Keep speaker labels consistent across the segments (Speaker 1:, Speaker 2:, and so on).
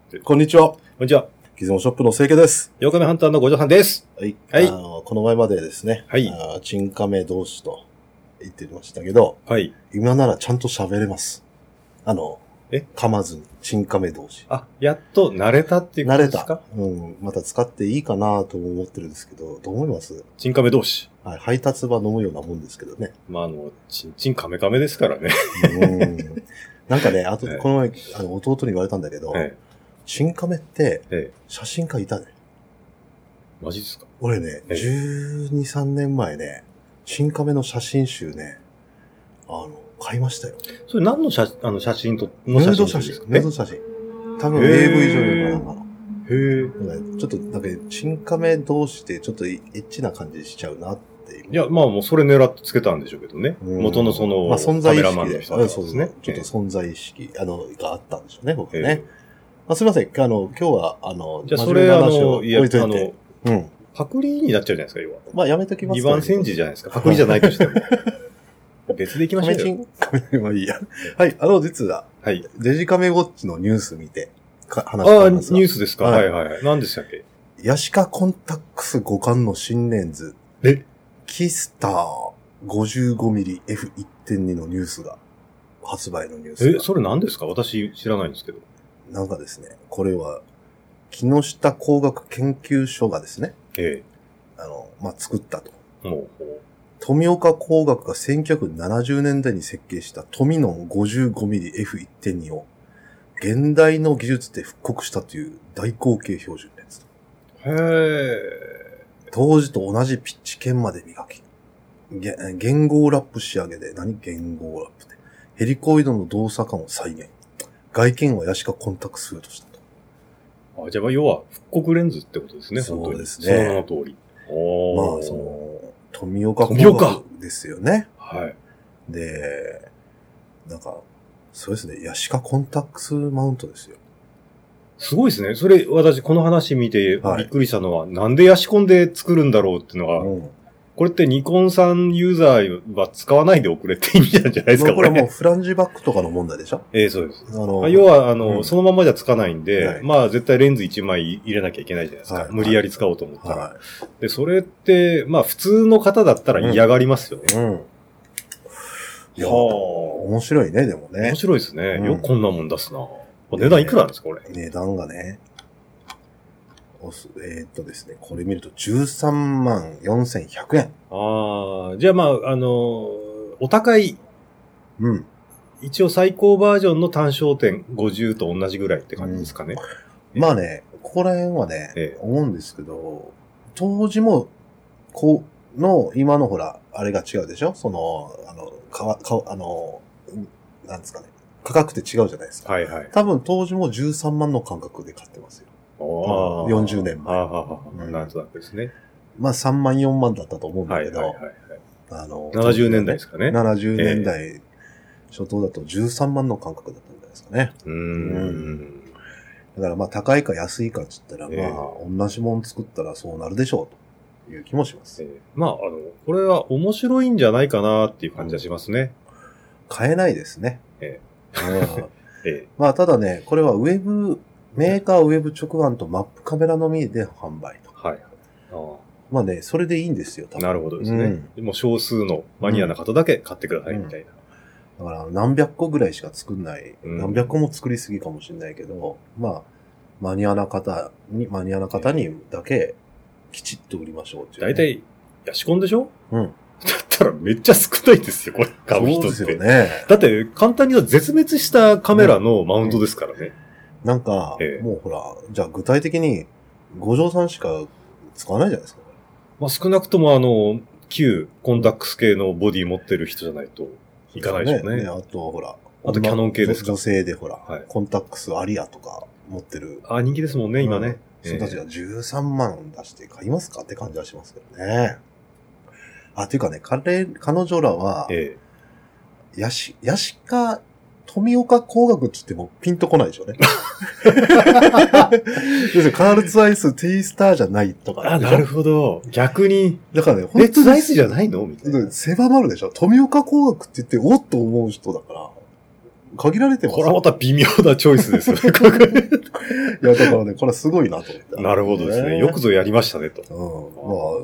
Speaker 1: ってる。
Speaker 2: こんにちは。
Speaker 1: こんにちは。
Speaker 2: ギズモショップの清家です。
Speaker 1: ヨカメハンターの五条さんです。
Speaker 2: はい。
Speaker 1: はい
Speaker 2: あの、この前までですね。
Speaker 1: はい
Speaker 2: あーチンカメ同士と言ってましたけど、
Speaker 1: はい。
Speaker 2: 今ならちゃんと喋れます。あの、
Speaker 1: え
Speaker 2: 噛まずに、チンカメ同士。
Speaker 1: あ、やっと慣れたっていうこ
Speaker 2: 慣
Speaker 1: と
Speaker 2: れ
Speaker 1: です
Speaker 2: た
Speaker 1: か。
Speaker 2: うん。また使っていいかなとも思ってるんですけど、どう思います
Speaker 1: チンカメ同士。
Speaker 2: はい。配達場飲むようなもんですけ どね。
Speaker 1: まあ、あの、チンチンカメカメですからね。
Speaker 2: うん。なんかね、あと
Speaker 1: ええ、
Speaker 2: この前、あの、弟に言われたんだけど、
Speaker 1: え
Speaker 2: チンカメって
Speaker 1: え、え
Speaker 2: 写真家いたね。
Speaker 1: え。マジですか
Speaker 2: 俺ね、
Speaker 1: ええ
Speaker 2: 12、3年前ね、チンカメの写真集ね、あの、買いましたよ。
Speaker 1: それ何の写、あの、写真と、
Speaker 2: ヌ
Speaker 1: の
Speaker 2: ード
Speaker 1: 撮
Speaker 2: 写真
Speaker 1: りですか。
Speaker 2: ヌード写真。多分
Speaker 1: へえ
Speaker 2: AV 女優かなんか
Speaker 1: えへ
Speaker 2: の。なんかねちょっとなんか、チンカメ同士でちょっとエッチな感じしちゃうなっていう。
Speaker 1: え。いや、まあもうそれ狙ってつけたんでしょうけどね。
Speaker 2: うん
Speaker 1: 元のその、
Speaker 2: まあ存在意
Speaker 1: カメラマ
Speaker 2: 識
Speaker 1: ンの
Speaker 2: で、
Speaker 1: 人
Speaker 2: う
Speaker 1: た
Speaker 2: ん
Speaker 1: ち
Speaker 2: そうで
Speaker 1: です
Speaker 2: すね
Speaker 1: ね。。
Speaker 2: ちょっと存在意識、あの、があったんでしょうね、僕
Speaker 1: ええ
Speaker 2: はね。まあ、すみません。あの、今日は、あの、
Speaker 1: じゃあ
Speaker 2: 真
Speaker 1: そ
Speaker 2: 面目
Speaker 1: れ、
Speaker 2: な
Speaker 1: あ
Speaker 2: 話を
Speaker 1: の、いや、
Speaker 2: 置いといて
Speaker 1: あの、
Speaker 2: うん。
Speaker 1: パクリになっちゃうじゃないですか、要は。
Speaker 2: まあ、やめときます
Speaker 1: 二番煎じじゃないですか。パクリじゃない としても。別で行きましょ
Speaker 2: 亀
Speaker 1: う
Speaker 2: チ
Speaker 1: よ。
Speaker 2: ンカメ まあいいや。はい、あの、実は、
Speaker 1: はい。
Speaker 2: デジカメウォッチのニュース見て、か話し
Speaker 1: あ
Speaker 2: た
Speaker 1: あ、
Speaker 2: ん
Speaker 1: ニ
Speaker 2: ですが
Speaker 1: ュースですか。
Speaker 2: は
Speaker 1: はいいはい。何でしたっけ
Speaker 2: ヤシカコンタックス互換の新レンズ、
Speaker 1: え
Speaker 2: キスター 55mmF1.2 のニュースが、発売のニュース
Speaker 1: え、
Speaker 2: が。
Speaker 1: それ何ですか私知らないんですけど。
Speaker 2: なんかですね、これは、木下工学研究所がですね、
Speaker 1: え
Speaker 2: あの、まあ、作ったと。
Speaker 1: え。もう、も
Speaker 2: 富岡工学が1970年代に設計した富の 55mmF1.2 を現代の技術で復刻したという大口径標準レンズ。
Speaker 1: うへ
Speaker 2: 当時と同じピッチ剣まで磨き、げ言語ラップ仕上げで、何言語ラップって、ヘリコイドの動作感を再現。外見はヤシカコンタクトするとしたと。
Speaker 1: え。あ、じゃあ、要は、復刻レンズってことですね、
Speaker 2: そう
Speaker 1: 本当に
Speaker 2: ですね
Speaker 1: その名の通り。おー
Speaker 2: まあ、そ、の、富岡工
Speaker 1: 富岡
Speaker 2: 学ですよね。
Speaker 1: はい。
Speaker 2: で、なんか、そうですね、ヤシカコンタックスマウントですよ。
Speaker 1: すごいですね。それ、私、この話見て、
Speaker 2: はい
Speaker 1: びっくりしたのは、なんでヤシコンで作るんだろうっていうのが、
Speaker 2: うん。
Speaker 1: これってニコンさんユーザーは使わないでおくれって意味なんじゃないです
Speaker 2: まあ
Speaker 1: か、
Speaker 2: これはもう
Speaker 1: う。
Speaker 2: フランジバックとかの問題でしょ
Speaker 1: ええ、そうです。
Speaker 2: あの、
Speaker 1: まあ、要は、あの、
Speaker 2: うん
Speaker 1: そのままじゃつかないんで、
Speaker 2: はい
Speaker 1: まあ、絶対レンズ1枚入れなきゃいけないじゃないですか。
Speaker 2: はい
Speaker 1: 無理やり使おうと思ったら。
Speaker 2: は
Speaker 1: で、それって、まあ、普通の方だったら嫌がりますよね。
Speaker 2: い。うん。いや、
Speaker 1: は
Speaker 2: 面白いね、でも
Speaker 1: あ。
Speaker 2: ね
Speaker 1: 面。白いですね。
Speaker 2: うん
Speaker 1: よくこんなもん出すな。値段いくらなんですか、これ。
Speaker 2: 値段がね、おすえーっとですね、これ見ると13万4100円。
Speaker 1: ああ、じゃあまあ、あのー、お高い、
Speaker 2: うん。
Speaker 1: 一応最高バージョンの単焦点50と同じぐらいって感じですかね。
Speaker 2: まあね、ここら辺はね、
Speaker 1: ええ
Speaker 2: 思うんですけど、当時も、こう、の、今のほら、あれが違うでしょその、あの、かわ、かわあの、うんなんですかね。価格って違うじゃないですか。
Speaker 1: はいはい。
Speaker 2: 多分当時も13万の感覚で買ってますよ。
Speaker 1: あ
Speaker 2: 40年前
Speaker 1: ああああ
Speaker 2: うん
Speaker 1: なんとなくですね。
Speaker 2: まあ3万4万だったと思うん
Speaker 1: は
Speaker 2: だ
Speaker 1: い
Speaker 2: け
Speaker 1: は
Speaker 2: ど、
Speaker 1: いはいはい。
Speaker 2: あの、
Speaker 1: 70年代ですかね。
Speaker 2: 70年代初頭だと13万の感覚だったんじゃないですかね。
Speaker 1: うーん。
Speaker 2: だからまあ高いか安いかって言ったら、
Speaker 1: ええ
Speaker 2: まあ同じもん作ったらそうなるでしょうという気もしま
Speaker 1: え
Speaker 2: す。
Speaker 1: ーまあ、あの、これは面白いんじゃないかなっていう感じはしますね。
Speaker 2: 買えないですね。
Speaker 1: え
Speaker 2: うん
Speaker 1: え
Speaker 2: まあただね、これはウェブ、メーカーウェブ直販とマップカメラのみで販売と。
Speaker 1: ーはい。あー
Speaker 2: まあね、それでいいんですよ、多分。
Speaker 1: なるほどですね。もう少数のマニアな方だけ買ってくださいみたいな。
Speaker 2: だから何百個ぐらいしか作んない。
Speaker 1: うん
Speaker 2: 何百個も作りすぎかもしれないけど、まあ、マニアな方に、マニアな方にだけきちっと売りましょうっていうね、
Speaker 1: 大体、ヤシコンでしょ
Speaker 2: うん。
Speaker 1: だったらめっちゃ少ないです よ、これ。買う人っ
Speaker 2: そうです
Speaker 1: て。
Speaker 2: よね。
Speaker 1: だって、簡単には絶滅したカメラのマウントですからね。
Speaker 2: なんか、
Speaker 1: ええ
Speaker 2: もうほら、じゃあ具体的に、五条さんしか使わないじゃないですか。
Speaker 1: まあ少なくともあの、旧コンダックス系のボディ持ってる人じゃないといかないでしょうね。
Speaker 2: あと、ほら。
Speaker 1: あとキャノン系ですか
Speaker 2: 女女性でほら、
Speaker 1: はい
Speaker 2: コンタックスアリアとか持ってる。
Speaker 1: あ、人気ですもんね、今ね。
Speaker 2: うん。人たちが13万出して買いますかって感じはしますけどね。あ、ていうかね、彼、彼女らは、
Speaker 1: え
Speaker 2: ヤシ、ヤシか、富岡工学って言ってもピンとこないでしょう ね。要するにカールツアイス、ティースターじゃないと
Speaker 1: え。
Speaker 2: か。
Speaker 1: あ、なるほど。逆に、
Speaker 2: だからね、
Speaker 1: え、
Speaker 2: 本当
Speaker 1: ツ
Speaker 2: に
Speaker 1: ライスじゃないのみたいな。
Speaker 2: 狭まるでしょ富岡工学って言って、おっと思う人だから、限られてます
Speaker 1: これはまた微妙なチョイスですよね、これ
Speaker 2: いや、だからね、これはすごいなと思って。
Speaker 1: なるほどですね。よくぞやりましたね、と。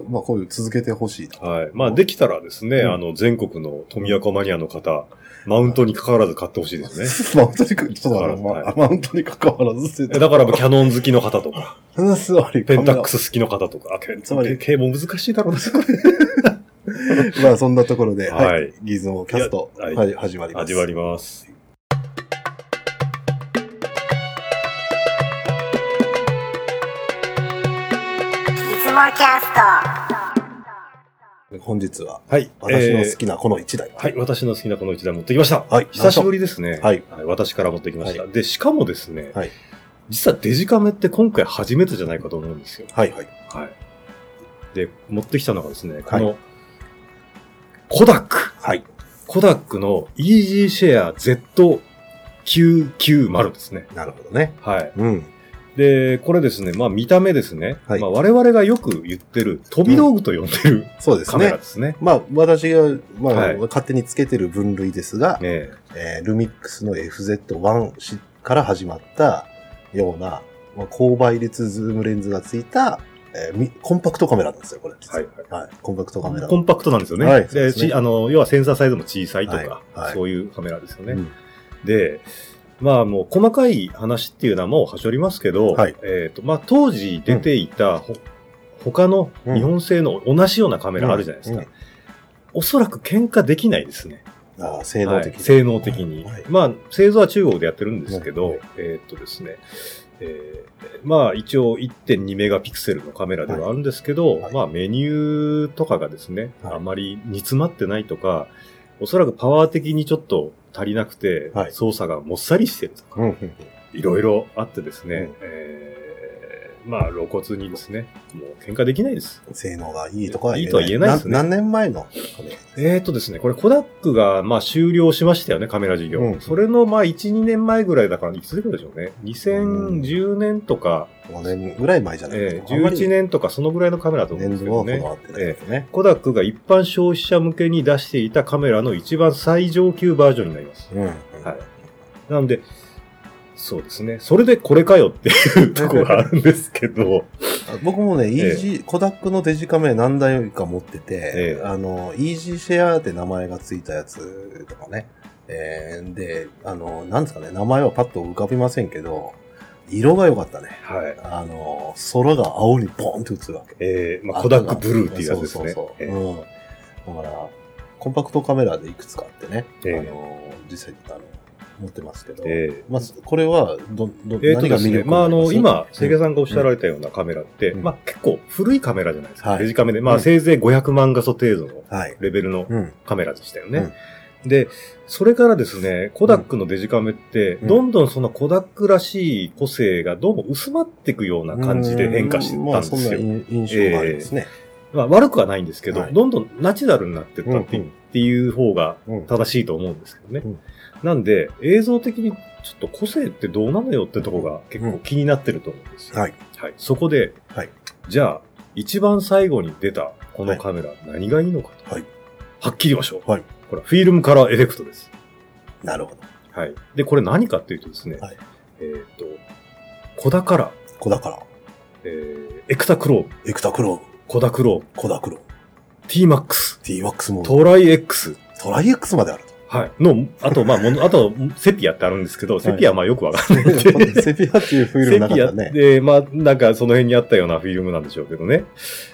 Speaker 2: うん。まあ、まあ、こういう続けてほしい な。
Speaker 1: はい。まあ、できたらですね、
Speaker 2: うん
Speaker 1: あの、全国の富岡マニアの方、マウントに関わらず買ってほしいですね。
Speaker 2: マウントにか、ちょっとあの、ま
Speaker 1: は
Speaker 2: マウントに関わらずって言っ
Speaker 1: え
Speaker 2: て
Speaker 1: だから、キャノン好きの方とか、
Speaker 2: うんつまり、
Speaker 1: ペンタック
Speaker 2: ス。
Speaker 1: ス好きの方とか、あ、け
Speaker 2: つまり
Speaker 1: けも難しいだろうな。
Speaker 2: まあ、そんなところで、
Speaker 1: は
Speaker 2: はいい。ギズモキャスト、
Speaker 1: いやはい
Speaker 2: はい、始まります。
Speaker 1: 味わります。
Speaker 3: つもキャスト
Speaker 2: 本日は、
Speaker 1: はい。
Speaker 2: 私の好
Speaker 1: え
Speaker 2: きなこの一台。
Speaker 1: ーはい。私の好きなこの一台持ってきました。
Speaker 2: はい
Speaker 1: 久しぶりですね。
Speaker 2: はい。
Speaker 1: 私から持ってきました。で、しかもですね、
Speaker 2: はい
Speaker 1: 実はデジカメって今回初めてじゃないかと思うんですよ。
Speaker 2: はい、はい。
Speaker 1: はい。で、持ってきたのがですね、この、コダック。
Speaker 2: はい。
Speaker 1: コダックの Easy Share Z990 ですね。
Speaker 2: なるほどね。
Speaker 1: はい。
Speaker 2: うん。
Speaker 1: で、これですね、まあ見た目ですね。
Speaker 2: はい
Speaker 1: まあ我々がよく言ってる飛び道具と呼んでる、
Speaker 2: そうです
Speaker 1: カメ
Speaker 2: ね
Speaker 1: ラ。ですね。
Speaker 2: まあ、私が、まあ、
Speaker 1: はい
Speaker 2: 勝手につけてる分類ですが、
Speaker 1: ね
Speaker 2: えールミックスの FZ1 しから始まったような、まあ、高倍率ズームレンズがついた、えーみコンパクトカメラなんですよ、これ。
Speaker 1: はい
Speaker 2: はい。コンパクトカメラ。
Speaker 1: コンパクトなんですよね。
Speaker 2: はいそう
Speaker 1: で
Speaker 2: ですね
Speaker 1: ちあの、要はセンサーサイズも小さいとか、
Speaker 2: はいはい
Speaker 1: そういうカメラですよね。
Speaker 2: うん
Speaker 1: で、まあもう細かい話っていうのはもう端折りますけど、
Speaker 2: はい
Speaker 1: えっ、と、まあ当時出ていた、ほ他の
Speaker 2: うん
Speaker 1: 日本製の同じようなカメラあるじゃないですか。
Speaker 2: うんうん
Speaker 1: おそらく喧嘩できないですね。
Speaker 2: あー性能的
Speaker 1: はい
Speaker 2: に。
Speaker 1: 性能的に。
Speaker 2: はい
Speaker 1: まあ、製造は中国でやってるんですけど、
Speaker 2: はい
Speaker 1: えーっとですね、えーまあ一応1.2メガピクセルのカメラではあるんですけど、
Speaker 2: はい
Speaker 1: まあメニューとかがですね、
Speaker 2: はい
Speaker 1: あまり煮詰まってないとか、おそらくパワー的にちょっと足りなくて、
Speaker 2: はい
Speaker 1: 操作がもっさりしてるとか、
Speaker 2: うんうんうん
Speaker 1: いろいろあってですね、
Speaker 2: うん
Speaker 1: えーまあ露骨にですね、もう喧嘩できないです。
Speaker 2: 性能がいいとか
Speaker 1: いいとは言えないですね
Speaker 2: 何年前のカメラ
Speaker 1: えー、とですね、これコダックがまあ終了しましたよね、カメラ事業。
Speaker 2: うん
Speaker 1: それのまあ1、2年前ぐらいだから、いつぐらいでしょうね。2010年とか、
Speaker 2: 5年ぐらい前じゃないかな
Speaker 1: えー、11年とかそのぐらいのカメラだと思うんで
Speaker 2: 年
Speaker 1: すけ
Speaker 2: 度は
Speaker 1: ど
Speaker 2: こだわ
Speaker 1: ね。
Speaker 2: ってないですね。
Speaker 1: コダックが一般消費者向けに出していたカメラの一番最上級バージョンになります。
Speaker 2: うんうん。
Speaker 1: はいなので、そうですね。それでこれかよっていうところがあるんですけど、
Speaker 2: あ僕もね、
Speaker 1: ええ
Speaker 2: EG、コダックのデジカメ何台か持ってて
Speaker 1: え、え
Speaker 2: あの、EG シェアって名前がついたやつとかね。えーで、あの、なんですかね、名前はパッと浮かびませんけど、色が良かったね。
Speaker 1: はい。
Speaker 2: あの、空が青にボーンって映るわけ。
Speaker 1: えー、まあコダックブルーっていうやつですね。
Speaker 2: そうそうそう。
Speaker 1: えー
Speaker 2: うん。だから、コンパクトカメラでいくつかあってね、
Speaker 1: ええ
Speaker 2: あの、実際あの、持ってますけど、
Speaker 1: えー
Speaker 2: まあ、これはど、ど、
Speaker 1: えーと
Speaker 2: 何
Speaker 1: で
Speaker 2: が魅力
Speaker 1: す
Speaker 2: にな
Speaker 1: ね、
Speaker 2: り
Speaker 1: まあ、あの、
Speaker 2: す
Speaker 1: 今、関根さんがおっしゃられたようなカメラって、
Speaker 2: うん
Speaker 1: まあ、結構古いカメラじゃないですか。
Speaker 2: はい
Speaker 1: デジカメで。ま
Speaker 2: う
Speaker 1: あ、
Speaker 2: ん
Speaker 1: せいぜい500万画素程度の
Speaker 2: はい。
Speaker 1: レベルの
Speaker 2: うん。
Speaker 1: カメラでしたよね。で、それからですね、コダックのデジカメって、
Speaker 2: うん
Speaker 1: どんどんそのコダックらしい個性がどうも薄まっていくような感じで変化していったんですよ。
Speaker 2: まあ、そんな印象がありますね。
Speaker 1: まあ、悪くはないんですけど、
Speaker 2: はい
Speaker 1: どんどんナチュラルになってったって,、
Speaker 2: うんうん
Speaker 1: っていう方が
Speaker 2: うん
Speaker 1: 正しいと思うんですけどね。
Speaker 2: うん
Speaker 1: なんで、映像的にちょっと個性ってどうなのよってとこが結構気になってると思うんですよ。
Speaker 2: はい。
Speaker 1: はい。そこで、
Speaker 2: はい
Speaker 1: じゃあ、一番最後に出たこのカメラ、何がいいのかと。
Speaker 2: はい。
Speaker 1: はっきり言いましょう。
Speaker 2: はい。
Speaker 1: これはフィルムカラーエフェクトです。
Speaker 2: なるほど。
Speaker 1: はい。で、これ何かっていうとですね、
Speaker 2: はい
Speaker 1: えーっ、と、コダカラー、
Speaker 2: コダから、
Speaker 1: えー、エクタクローブ、
Speaker 2: エクタクローブ、
Speaker 1: コダクローブ、
Speaker 2: コダクローブ、
Speaker 1: T マックス、
Speaker 2: T-MAX モード、
Speaker 1: トライ X、
Speaker 2: トライ X まであると。
Speaker 1: はい。の、あと、まあ、もの、あと、セピアってあるんですけど、セピアはまあよくわかんないん で。
Speaker 2: セピアっていうフィルム
Speaker 1: セ
Speaker 2: なかっ
Speaker 1: ピア
Speaker 2: た
Speaker 1: っ
Speaker 2: ね。
Speaker 1: て、まあ、なんかその辺にあったようなフィルムなんでしょうけどね。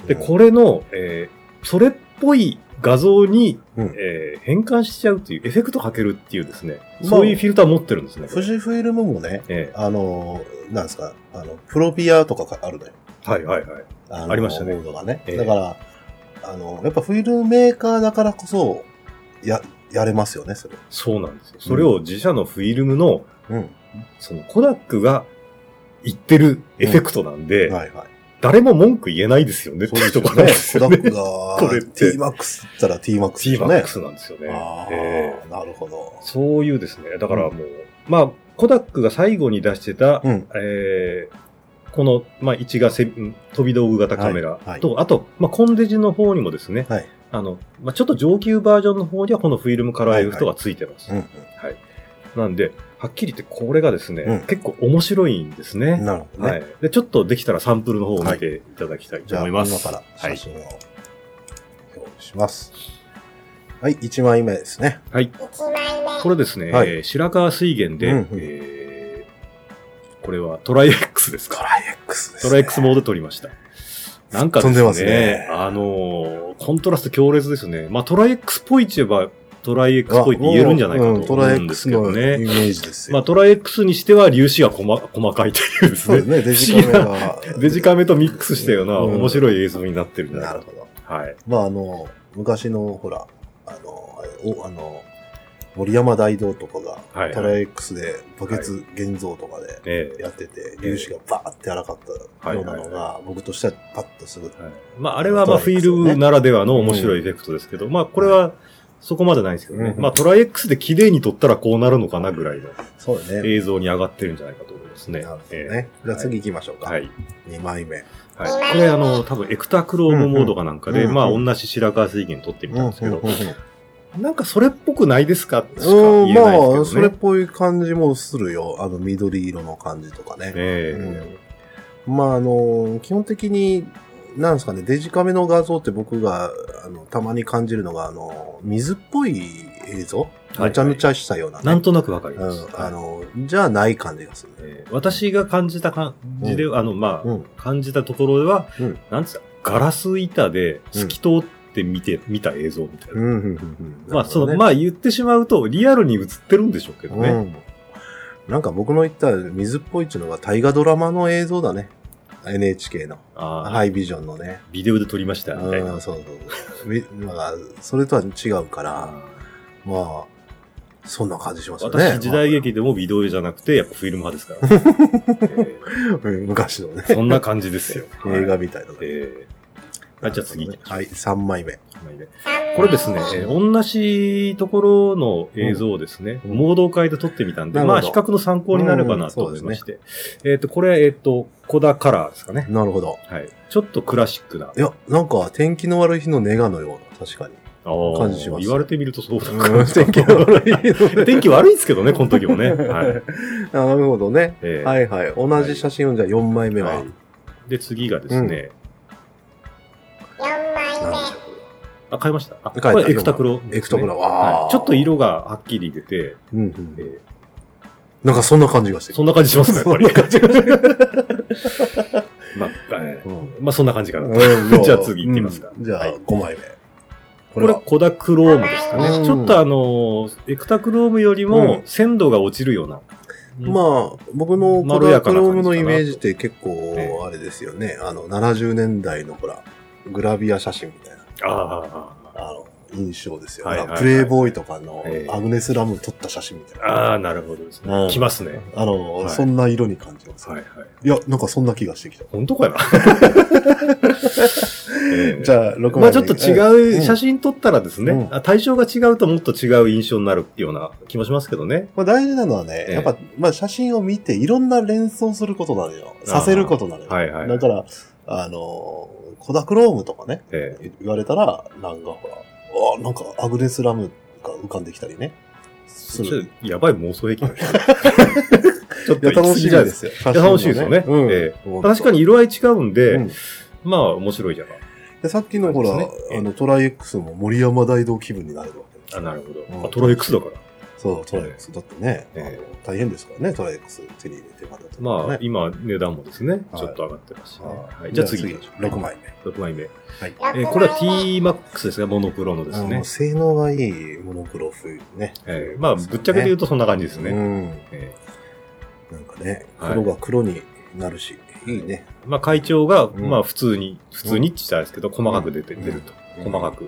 Speaker 1: で、
Speaker 2: うん
Speaker 1: これの、えーそれっぽい画像に、
Speaker 2: うん
Speaker 1: えー変換しちゃうっていう、エフェクトかけるっていうですね、
Speaker 2: まあ
Speaker 1: そういうフィルター持ってるんですね。
Speaker 2: 富士フィルムもね、
Speaker 1: え
Speaker 2: あの、なんですか、あの、プロビアとかあるのよ。
Speaker 1: ーはいはいはい。
Speaker 2: あの
Speaker 1: ありましたね
Speaker 2: モードがね。
Speaker 1: ええ
Speaker 2: だから、あの、やっぱフィルムメーカーだからこそ、や、やれますよね、それ。
Speaker 1: そうなんですよ。それを自社のフィルムの、
Speaker 2: うん。
Speaker 1: そのコダックが言ってるエフェクトなんで、
Speaker 2: はいはい。
Speaker 1: 誰も文句言えないですよねっていうところなんですよ
Speaker 2: ね
Speaker 1: ね。
Speaker 2: コダック
Speaker 1: これっ
Speaker 2: が、
Speaker 1: て
Speaker 2: T-MAX ったら T-MAX で
Speaker 1: T
Speaker 2: しょ
Speaker 1: マ
Speaker 2: ね
Speaker 1: ック。スなんですよね。
Speaker 2: ああ、
Speaker 1: ええ
Speaker 2: なるほど。
Speaker 1: そういうですね、だからもう、まあ、コダックが最後に出してた、
Speaker 2: うん。
Speaker 1: えーこの、まあ、一がせん飛び道具型カメラ
Speaker 2: はいはい
Speaker 1: と、あと、まあ、コンデジの方にもですね、
Speaker 2: はい
Speaker 1: あの、まあ、ちょっと上級バージョンの方にはこのフィルムカラーエフェクトがついてます。
Speaker 2: うんうん。
Speaker 1: なんで、はっきり言ってこれがですね、
Speaker 2: うん
Speaker 1: 結構面白いんですね。
Speaker 2: なるほどね。
Speaker 1: はい。で、ちょっとできたらサンプルの方を見ていただきたい
Speaker 2: じ
Speaker 1: と
Speaker 2: ゃあ、
Speaker 1: 思い
Speaker 2: 今
Speaker 1: ます。
Speaker 2: から
Speaker 1: は
Speaker 2: 写
Speaker 1: い。
Speaker 2: 真を表示します。はい、1枚目ですね。
Speaker 1: はい。
Speaker 3: 一枚目
Speaker 1: これですね、
Speaker 2: はい
Speaker 1: えー白川水源で、
Speaker 2: うんうん
Speaker 1: えーこれはトライ X です
Speaker 2: ト
Speaker 1: か。
Speaker 2: ライ X です、
Speaker 1: ト
Speaker 2: ね。
Speaker 1: ライ X モードで撮りました。なんかです
Speaker 2: 飛
Speaker 1: ね、
Speaker 2: んでますね
Speaker 1: あのーコントラスト強烈ですね。まあトライ X っぽいって言えば、トライ X っぽいって言えるんじゃないかと
Speaker 2: うんト
Speaker 1: 思
Speaker 2: ライ
Speaker 1: うんです
Speaker 2: X
Speaker 1: け
Speaker 2: の
Speaker 1: ど
Speaker 2: イメ
Speaker 1: ね。
Speaker 2: ージですよ。
Speaker 1: まあトライ X にしては粒子が細細かいというです
Speaker 2: そう
Speaker 1: ね
Speaker 2: で。すね、デジカメが。
Speaker 1: デジカメとミックスしたような
Speaker 2: うん
Speaker 1: 面白い映像になってるんじゃない
Speaker 2: な
Speaker 1: か
Speaker 2: る
Speaker 1: と
Speaker 2: ほど。
Speaker 1: はい。
Speaker 2: まあ、あの、昔の、ほら、あの、あれおあの森山大道とかが、
Speaker 1: はい
Speaker 2: トライ X でバケツ現像とかで
Speaker 1: ええ
Speaker 2: やってて、粒子がバーって荒かったような
Speaker 1: は
Speaker 2: の
Speaker 1: いはい
Speaker 2: が、僕としてはパッとすぐ。
Speaker 1: はいまあ、あれはまあ
Speaker 2: ト
Speaker 1: フ
Speaker 2: ライ
Speaker 1: ィ
Speaker 2: X
Speaker 1: ルムならではの面白いエフェクトですけど、まあ、これはそこまでないですけどね。
Speaker 2: うん
Speaker 1: まあ、トライ X で綺麗に撮ったらこうなるのかなぐらいの
Speaker 2: そうだね。
Speaker 1: 映像に上がってるんじゃないかと思いますね。
Speaker 2: なるほど
Speaker 1: え
Speaker 2: ね。じゃあ次行きましょう
Speaker 1: え
Speaker 2: か。
Speaker 1: はい。
Speaker 2: 2枚目。
Speaker 1: はい。これ、あの、多分エクタクロームモードかなんかで、
Speaker 2: うんうん
Speaker 1: まあ、同じ白川水源撮ってみたんですけど、
Speaker 2: うんうんうん
Speaker 1: なんかそれっぽくないですかしか
Speaker 2: うん、
Speaker 1: 言え
Speaker 2: ま
Speaker 1: ないで
Speaker 2: あ、
Speaker 1: す
Speaker 2: そ
Speaker 1: け
Speaker 2: れ
Speaker 1: ど
Speaker 2: っ
Speaker 1: ね。
Speaker 2: ぽい感じもするよ。あの、緑色の感じとかね。
Speaker 1: え
Speaker 2: まあ、あの、基本的に、なんですかね、デジカメの画像って僕が、あの、たまに感じるのが、あの、水っぽい映像
Speaker 1: いはい
Speaker 2: めちゃめちゃしたような、
Speaker 1: え
Speaker 2: ね
Speaker 1: なんとなくわかり
Speaker 2: う
Speaker 1: ます。
Speaker 2: ん、あの、じゃあない感じがするね。
Speaker 1: ええ私が感じた感じで、あの、まあ、
Speaker 2: うん。
Speaker 1: 感じたところでは、
Speaker 2: うん
Speaker 1: なんつうか、ガラス板で透き通って見て、見た映像みたい
Speaker 2: うん、
Speaker 1: な。
Speaker 2: うん、うん。
Speaker 1: まあ、その、
Speaker 2: なるほどね
Speaker 1: まあ言ってしまうと、リアルに映ってるんでしょうけどね。
Speaker 2: うん。なんか僕の言った水っぽいっていうのが大河ドラマの映像だね。NHK の。
Speaker 1: ああ、
Speaker 2: ハイビジョンのね。
Speaker 1: ビデオで撮りました、みたいな。
Speaker 2: うん、そうそうそう。みまあ、それとは違うから、まあ、そんな感じしますよね。
Speaker 1: 私、時代劇でもビデオじゃなくて、やっぱフィルム派ですから、え
Speaker 2: うん昔のね、
Speaker 1: えそんな感じですよ。
Speaker 2: 映
Speaker 1: は
Speaker 2: 画
Speaker 1: い。
Speaker 2: みたいなのね。
Speaker 1: ええはい、じゃあ次行きましょう。
Speaker 2: はい、3枚目。
Speaker 1: はいね
Speaker 3: 三枚目
Speaker 1: これですね、えー同じところの映像をですね、
Speaker 2: うん
Speaker 1: 盲導会で撮ってみたんで、
Speaker 2: なるほ
Speaker 1: まあ
Speaker 2: ど
Speaker 1: 比較の参考になればなと思いまして。えっ、と、これは、えっ、と、コダカラーですかね。
Speaker 2: なるほど。
Speaker 1: はい。ちょっとクラシックない
Speaker 2: や、なんか天気の悪い日のネガのような、確かに。感じします
Speaker 1: 言われてみるとそうだ
Speaker 2: うん 天気の悪い日の
Speaker 1: 天気悪いですけどね、この時 もね。 はい。
Speaker 2: なるほどね。
Speaker 1: えー
Speaker 2: はいはい。同じ写真をじゃあ4枚目は。
Speaker 1: はいで、次がですね、
Speaker 3: 四枚目
Speaker 2: なんでしょうこ
Speaker 1: あ、買いました。あ、
Speaker 2: 変え
Speaker 1: こ
Speaker 2: た
Speaker 1: れエクタクロ、
Speaker 2: エクタクロわー
Speaker 1: はい。ちょっと色がはっきり出て、
Speaker 2: れうんう
Speaker 1: え
Speaker 2: ん。
Speaker 1: ー
Speaker 2: なんかそんな感じがしてる。
Speaker 1: そんな感じしますね、やっぱり。
Speaker 2: そんな感じがしてる
Speaker 1: まあ、えー
Speaker 2: うん
Speaker 1: まあそんな感じかな。
Speaker 2: うん
Speaker 1: じゃあ次行ってみますか
Speaker 2: うんじゃあ
Speaker 1: はい
Speaker 2: 5枚目。
Speaker 1: これ、
Speaker 2: は
Speaker 1: コダクロームですか
Speaker 2: う
Speaker 1: ね。
Speaker 2: ん
Speaker 1: ちょっとあのー、エクタクロームより
Speaker 2: う
Speaker 1: も
Speaker 2: ん
Speaker 1: 鮮度が落ちるような。
Speaker 2: まあ、僕の
Speaker 1: ま
Speaker 2: コ
Speaker 1: ろ
Speaker 2: ダ
Speaker 1: やか
Speaker 2: ク
Speaker 1: な
Speaker 2: ロー
Speaker 1: 感じかなと
Speaker 2: ムのイメージって結
Speaker 1: え
Speaker 2: 構、あれですよね。あの、70年代のほら、グラビア写真みたいな、
Speaker 1: あ、ああ
Speaker 2: あの、印象ですよ。
Speaker 1: はい
Speaker 2: ね
Speaker 1: はいはい
Speaker 2: プレイボーイとかの
Speaker 1: ええ
Speaker 2: アグネス・ラム撮った写真みたいな。
Speaker 1: ああ、なるほどです
Speaker 2: う
Speaker 1: ね
Speaker 2: ん。
Speaker 1: きますね。
Speaker 2: あの、
Speaker 1: はい
Speaker 2: そんな色に感じます、
Speaker 1: はいはい。
Speaker 2: いや、なんかそんな気がしてきた。
Speaker 1: 本 当かな。ええ
Speaker 2: じゃあ、6枚目。
Speaker 1: まあちょっと違う、写
Speaker 2: 真。
Speaker 1: 真撮ったらですね、
Speaker 2: うん
Speaker 1: あ対象が違うともっと違う印象になるような気もしますけどね。
Speaker 2: まあ、大事なのはね、
Speaker 1: ええ
Speaker 2: やっぱ、まあ、写真を見ていろんな連想することなのよ。させることなのよ。
Speaker 1: はいはい。
Speaker 2: だから、あの、コダクロームとかね、
Speaker 1: ええ
Speaker 2: 言われたら、なんかほら、あなんかアグネスラムが浮かんできたりね。す
Speaker 1: ちょっ
Speaker 2: る。
Speaker 1: とやばい妄想 癖。ちょっ
Speaker 2: い
Speaker 1: と
Speaker 2: や、
Speaker 1: 行
Speaker 2: 楽
Speaker 1: き過
Speaker 2: し
Speaker 1: ぎ
Speaker 2: い
Speaker 1: じゃな
Speaker 2: で
Speaker 1: いです
Speaker 2: すよ。
Speaker 1: か。楽しいですよね。
Speaker 2: 写真も
Speaker 1: ええ
Speaker 2: うん
Speaker 1: 確かに色合い違うんで、
Speaker 2: うん
Speaker 1: まあ面白いじゃない。
Speaker 2: でさっきのほら、
Speaker 1: そうですね
Speaker 2: あの、トライ X も森山大道気分になれるわけです
Speaker 1: あ、
Speaker 2: よ
Speaker 1: なるほど。
Speaker 2: うん
Speaker 1: あトライ X だから。
Speaker 2: そう、トライ X。だってね、あの
Speaker 1: え
Speaker 2: 大変ですからね、トライ X 手に入れてまだと、
Speaker 1: ま
Speaker 2: ね、
Speaker 1: あ、今値段もですね、
Speaker 2: はい
Speaker 1: ちょっと上がってますしね。
Speaker 2: あ
Speaker 1: はい、じゃあ次。
Speaker 2: 6。枚目。
Speaker 1: 6枚目。え
Speaker 2: はい。
Speaker 3: 六枚目
Speaker 1: ーこれは T-MAX ですね、モノクロので
Speaker 2: あ
Speaker 1: す
Speaker 2: の
Speaker 1: ね。
Speaker 2: 性能がいいモノクロ風ね。
Speaker 1: えーまあ、ぶっちゃけて言うとそんな感じですね。
Speaker 2: うん。
Speaker 1: え
Speaker 2: なんかね、
Speaker 1: はい
Speaker 2: 黒が黒になるし、いいね。
Speaker 1: ーまあ、会長が、
Speaker 2: ん
Speaker 1: まあ、普通に、普通にって言ったらあれですけど、細かく出て、
Speaker 2: うん
Speaker 1: 出ると。
Speaker 2: うん
Speaker 1: 細かく。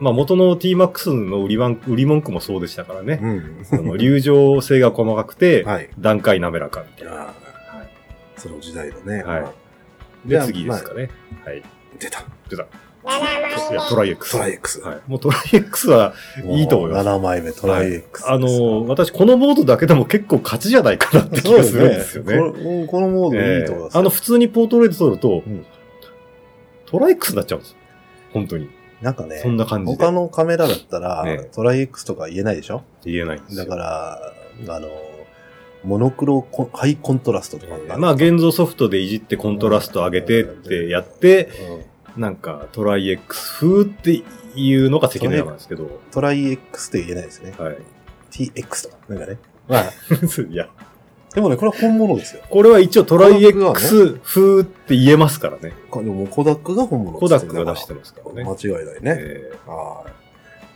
Speaker 1: まあ、元の T-MAX の売り番売り文句もそうでしたからね。
Speaker 2: うん。
Speaker 1: そ の流浄性が細かくて、
Speaker 2: はい。
Speaker 1: 段階滑らかみたいな。
Speaker 2: ああ、その時代のね。
Speaker 1: はい
Speaker 2: まあじ
Speaker 1: で、
Speaker 2: ゃあ
Speaker 1: 次ですかね。はい。
Speaker 2: まあ出た。
Speaker 3: 七枚
Speaker 1: い
Speaker 3: 目
Speaker 1: や、トライ X。
Speaker 2: トライ X。
Speaker 1: はい。もうトライ X は、いいと思います
Speaker 2: 7枚目、トライ X。
Speaker 1: あのー、私、このモードだけでも結構勝ちじゃないかなって気がするんですよね。
Speaker 2: そうですねこのこのモードいいと思います。
Speaker 1: えーあの、普通にポートレート撮ると、
Speaker 2: うん
Speaker 1: トライ X になっちゃうんですよ。本当に。
Speaker 2: なんかね
Speaker 1: そ、んな感じで
Speaker 2: 他。のカメラだったら
Speaker 1: ね、
Speaker 2: トライ X とか言えないでしょ
Speaker 1: 言えないんです
Speaker 2: だ
Speaker 1: よ。
Speaker 2: から、あの、モノクロコンハイコントラストとかね、
Speaker 1: まあ、現像ソフトでいじってコントラスト上げてってやって、
Speaker 2: うん
Speaker 1: なんか、トライ X 風っていうのが関の山なんですけど、
Speaker 2: トライ X って言えないですね。
Speaker 1: はい。
Speaker 2: TX とか、なんかね。まあ、
Speaker 1: いや、
Speaker 2: でもね、これは本物ですよ。
Speaker 1: これは一応トライ
Speaker 2: コダック
Speaker 1: X 風って言えますからね。
Speaker 2: こでも、コダックが本物
Speaker 1: コダックが出して
Speaker 2: る。
Speaker 1: ますか
Speaker 2: だ
Speaker 1: ら
Speaker 2: から
Speaker 1: ね。
Speaker 2: 間違いないね。
Speaker 1: えー
Speaker 2: は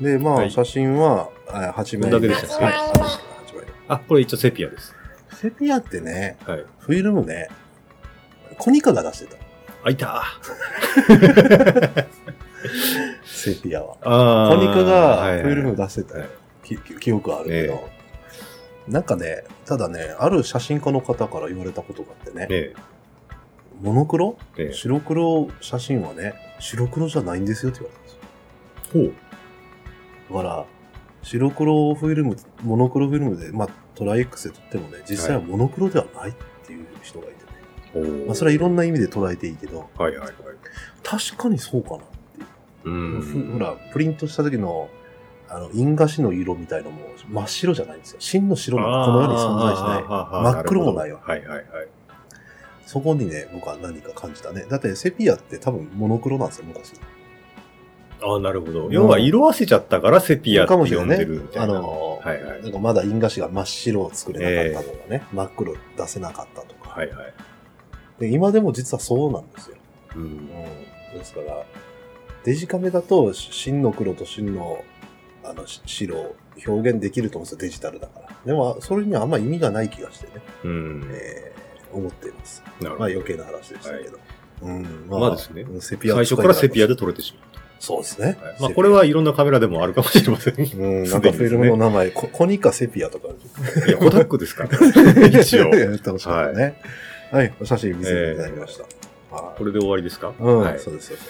Speaker 2: い。で、ま
Speaker 1: は
Speaker 2: あ、
Speaker 1: い
Speaker 2: 写真は、あ8枚
Speaker 1: こ
Speaker 2: 目。
Speaker 1: んだけ
Speaker 2: は
Speaker 1: で
Speaker 2: い
Speaker 1: したっ
Speaker 2: 8
Speaker 3: け
Speaker 2: 枚目
Speaker 1: あ、これ一応セピアです。
Speaker 2: セピアってね、
Speaker 1: はい。
Speaker 2: フィルムね、コニカが出してた。
Speaker 1: あ、いたー
Speaker 2: セピアは。
Speaker 1: あ
Speaker 2: コニカが
Speaker 1: はい
Speaker 2: フィルム出してた
Speaker 1: はい
Speaker 2: きき記憶あるけど。なんかね、ただね、ある写真家の方から言われたことがあってね、
Speaker 1: え
Speaker 2: モノクロ
Speaker 1: えええ
Speaker 2: 白黒写真はね、白黒じゃないんですよって言われたんですよ。
Speaker 1: ほう。
Speaker 2: だから、白黒フィルム、モノクロフィルムで、まあ、トライ X で撮ってもね、実際はモノクロではないっていう人がいてね。まあ、それはいろんな意味で捉えていいけど、
Speaker 1: はいはいはい。
Speaker 2: 確かにそうかなっていう。
Speaker 1: う
Speaker 2: ふ
Speaker 1: ん
Speaker 2: ほ。ら、プリントした時の、あの、因果紙の色みたいのも真っ白じゃないんですよ。真の白なんてこの世に存在しない。
Speaker 1: い
Speaker 2: 真っ黒もないわ
Speaker 1: はいはいはい。
Speaker 2: そこにね、僕は何か感じたね。だってセピアって多分モノクロなんですよ、昔。
Speaker 1: ああ、なるほど。要は色あせちゃったからセピアって
Speaker 2: かもしれ
Speaker 1: 呼ん
Speaker 2: な
Speaker 1: で
Speaker 2: い
Speaker 1: るみ
Speaker 2: ね。
Speaker 1: た
Speaker 2: あ
Speaker 1: いな。
Speaker 2: の、
Speaker 1: はいはい
Speaker 2: なんかまだ因果紙が真っ白を作れなかったとかね、真っ黒出せなかったとか。
Speaker 1: はいはい。
Speaker 2: で今でも実はそうなんですよ。
Speaker 1: うん
Speaker 2: うん、ですから、デジカメだと、真の黒と真のあのし白を表現できると思うんですよ、デジタルだから。でも、それにはあんま意味がない気がしてね、
Speaker 1: うん。なる
Speaker 2: えー思っています。
Speaker 1: ほど。
Speaker 2: まあ余計な話でしたけど。うん、ま
Speaker 1: まあですね
Speaker 2: セピアを
Speaker 1: 最
Speaker 2: 使
Speaker 1: 初
Speaker 2: いた
Speaker 1: からセピアで撮れてしま
Speaker 2: そうですね
Speaker 1: う。。はいまあこれはいろんなカメラでもあるかもしれません。い
Speaker 2: セピア、うん、なん
Speaker 1: す
Speaker 2: か
Speaker 1: で
Speaker 2: フ
Speaker 1: に
Speaker 2: ィルムの名前、ココニカセピアとかある。
Speaker 1: や、コダックですから 一応。
Speaker 2: やってほしいからね。はい、お写真見せていただきました。はい
Speaker 1: これで終わりですか
Speaker 2: うん、
Speaker 1: はい
Speaker 2: そうです、そうで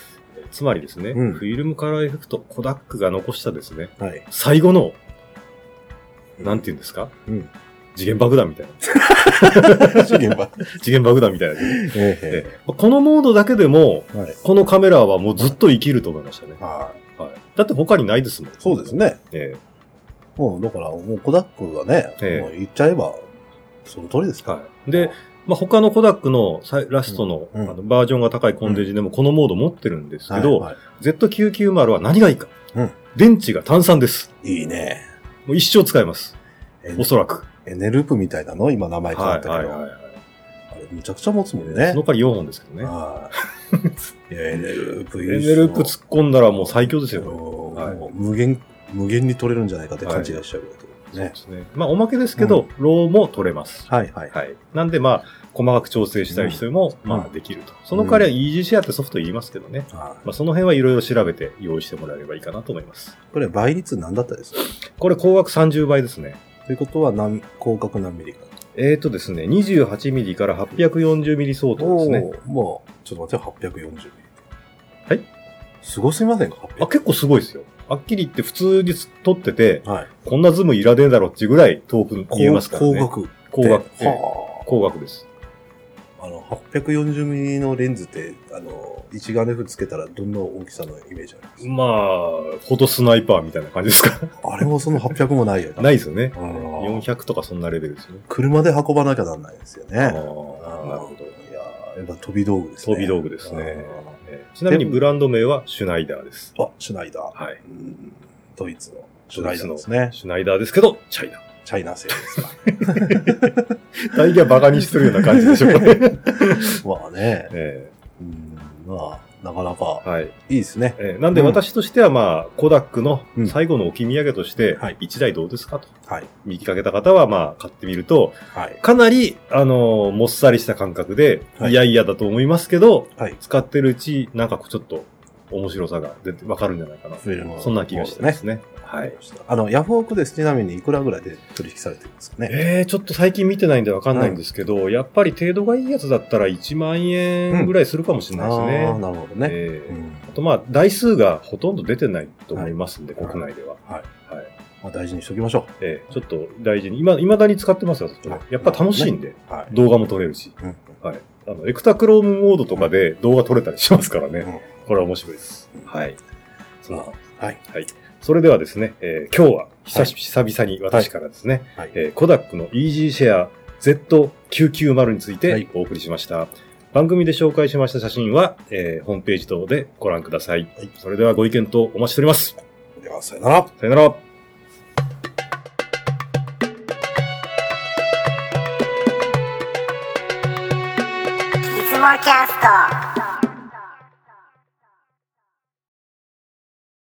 Speaker 1: つまりですね、
Speaker 2: うん
Speaker 1: フィルムカラーエフェクト、コダックが残したですね、
Speaker 2: す。はい。
Speaker 1: 最後の、なんて言うんですか
Speaker 2: うん。
Speaker 1: 次元爆弾みたいな。
Speaker 2: 次元は。
Speaker 1: 次元爆弾みたいなや
Speaker 2: え
Speaker 1: つ
Speaker 2: え
Speaker 1: で。このモードだけでも、
Speaker 2: はい。
Speaker 1: このカメラはもうずっと生きると思いましたね。
Speaker 2: はい。
Speaker 1: はい、だって他にないですもん。
Speaker 2: そうですね。
Speaker 1: え
Speaker 2: もう、だから、もう、コダックがね、
Speaker 1: ええ
Speaker 2: もう言っちゃえば、その通りです
Speaker 1: え
Speaker 2: か
Speaker 1: はい。で、、まあ、他のコダックのさいラストの,、
Speaker 2: うん
Speaker 1: あのバージョンが高いコンデジでもこのモード持ってるんですけど、
Speaker 2: はいは
Speaker 1: Z990 は何がいいか、
Speaker 2: うん
Speaker 1: 電池が炭酸です。
Speaker 2: い、いいね。
Speaker 1: もう一生使えます。
Speaker 2: え
Speaker 1: おそらく。
Speaker 2: エネループみたいなの今名前変わ
Speaker 1: は
Speaker 2: っ
Speaker 1: い
Speaker 2: た
Speaker 1: は
Speaker 2: け
Speaker 1: い
Speaker 2: ど、
Speaker 1: はい。
Speaker 2: あれ、むちゃくちゃ持つもん
Speaker 1: そ
Speaker 2: ね
Speaker 1: の。代わり4本ですけどね。
Speaker 2: はい。いや、エネループい
Speaker 1: エ
Speaker 2: い
Speaker 1: ネ
Speaker 2: っす
Speaker 1: ループ突っ込んだらもう最強ですよ、こ
Speaker 2: もう
Speaker 1: はい
Speaker 2: もう無限、無限に取れるんじゃないかって勘違いしちゃうけ
Speaker 1: れ
Speaker 2: ど
Speaker 1: そう
Speaker 2: ね
Speaker 1: で。すね。まあ、おまけですけど、ローも取れます。
Speaker 2: はい、はい。
Speaker 1: はい。なんで、まあ、細かく調整したい人も、
Speaker 2: うん
Speaker 1: まあ、できると。その代わりは EG シェアってソフト言いますけどね。
Speaker 2: は
Speaker 1: まあ、その辺はいろいろ調べて用意してもらえればいいかなと思います。
Speaker 2: いこれ、倍率何だったですか
Speaker 1: これ、高額30倍ですね。
Speaker 2: ということは何、広角何ミリか。
Speaker 1: えーとですね、28ミリから840ミリ相当ですね。
Speaker 2: ーもう、ちょっと待ってよ、840ミリ。
Speaker 1: はい
Speaker 2: すごすみませんか、
Speaker 1: あ、結構すごいですよ。はっきり言って普通に撮ってて、
Speaker 2: 構。はい。
Speaker 1: こんなズームいらねえだろっていうぐらい遠く見えますからね。
Speaker 2: 光学。
Speaker 1: 高額。ええ
Speaker 2: は
Speaker 1: 高額です。
Speaker 2: あ。あの、840ミリのレンズって、あの、一眼レフつけたらどんな大きさのイメージあります、
Speaker 1: まあ、フォトスナイパーみたいな感じで すか。
Speaker 2: あれもその800もないよ。。
Speaker 1: ないいですよね。
Speaker 2: あー
Speaker 1: 400とかそんなレベルですね。
Speaker 2: 車で運ばなきゃなんないですよね。
Speaker 1: ああ、なる
Speaker 2: ー
Speaker 1: ほ
Speaker 2: い
Speaker 1: ど。
Speaker 2: やーやっぱ飛び道具ですね。
Speaker 1: 飛び道具ですね
Speaker 2: あ。
Speaker 1: ええちなみにブランド名はシュナイダーです。
Speaker 2: ー。あ、シュナイダー。
Speaker 1: はい。
Speaker 2: うんドイツのシ
Speaker 1: シ
Speaker 2: ュ
Speaker 1: ュ
Speaker 2: ナ
Speaker 1: ナ
Speaker 2: イダ
Speaker 1: イダ
Speaker 2: ーで
Speaker 1: ーですす
Speaker 2: ね。
Speaker 1: シュナイダーですけど、チャイナ。
Speaker 2: チャイナ製です か。
Speaker 1: 大体バカにしてるような感じでしょうか ね。
Speaker 2: まあね。
Speaker 1: え
Speaker 2: うん、まあ、なかな
Speaker 1: え
Speaker 2: か
Speaker 1: はい。
Speaker 2: いいですね。
Speaker 1: ええなんで
Speaker 2: うん
Speaker 1: 私としてはまあ、コダックの
Speaker 2: うん
Speaker 1: 最後の置き土産として
Speaker 2: はい、
Speaker 1: 一台どうですかと。
Speaker 2: はい。
Speaker 1: 見かけた方はまあ、買ってみると、
Speaker 2: はい。
Speaker 1: かなり、あのーもっさりした感覚で、
Speaker 2: はい
Speaker 1: い、やいやだと思いますけど、
Speaker 2: はい。
Speaker 1: 使ってるうち、なんかちょっと面白さが出て、わかるんじゃないかな。
Speaker 2: フィルム
Speaker 1: そんな気がしてますね。は
Speaker 2: はいい。。あの、ヤフオクです。ちなみにいくらぐらいで取引されてるんですかね。
Speaker 1: えー、ちょっと最近見てないんでわかんないんですけど、やっぱり程度がいいやつだったら1万円ぐらいするかもしれないですね。
Speaker 2: ああ、なるほどね。
Speaker 1: え
Speaker 2: う
Speaker 1: ー
Speaker 2: ん
Speaker 1: あとまあ、台数がほとんど出てないと思いますんで、
Speaker 2: はい
Speaker 1: 国内では。
Speaker 2: はい。
Speaker 1: はい
Speaker 2: まあ、大事にしときましょ
Speaker 1: えーちょっと大事に、今、未だに使ってますよ、それ
Speaker 2: はい
Speaker 1: やっぱ楽しいんで、
Speaker 2: う。はい。
Speaker 1: 動画も撮れるし。
Speaker 2: うん
Speaker 1: はい。あの、エクタクロームモードとかで動画撮れたりしますからね。
Speaker 2: うん
Speaker 1: これは面白いです。はい。そんな
Speaker 2: はい。
Speaker 1: はい。それではですね、えー今日は久し、久々に私からですね、
Speaker 2: はい
Speaker 1: えーコダックの EG シェア Z990 につい
Speaker 2: は
Speaker 1: て
Speaker 2: い
Speaker 1: お送りしました。番組で紹介しました写真は、えーホームページ等でご覧ください。
Speaker 2: はい
Speaker 1: それではご意見とお待ちしております。
Speaker 2: では、さよなら。
Speaker 1: さよなら。
Speaker 3: いつもキャスト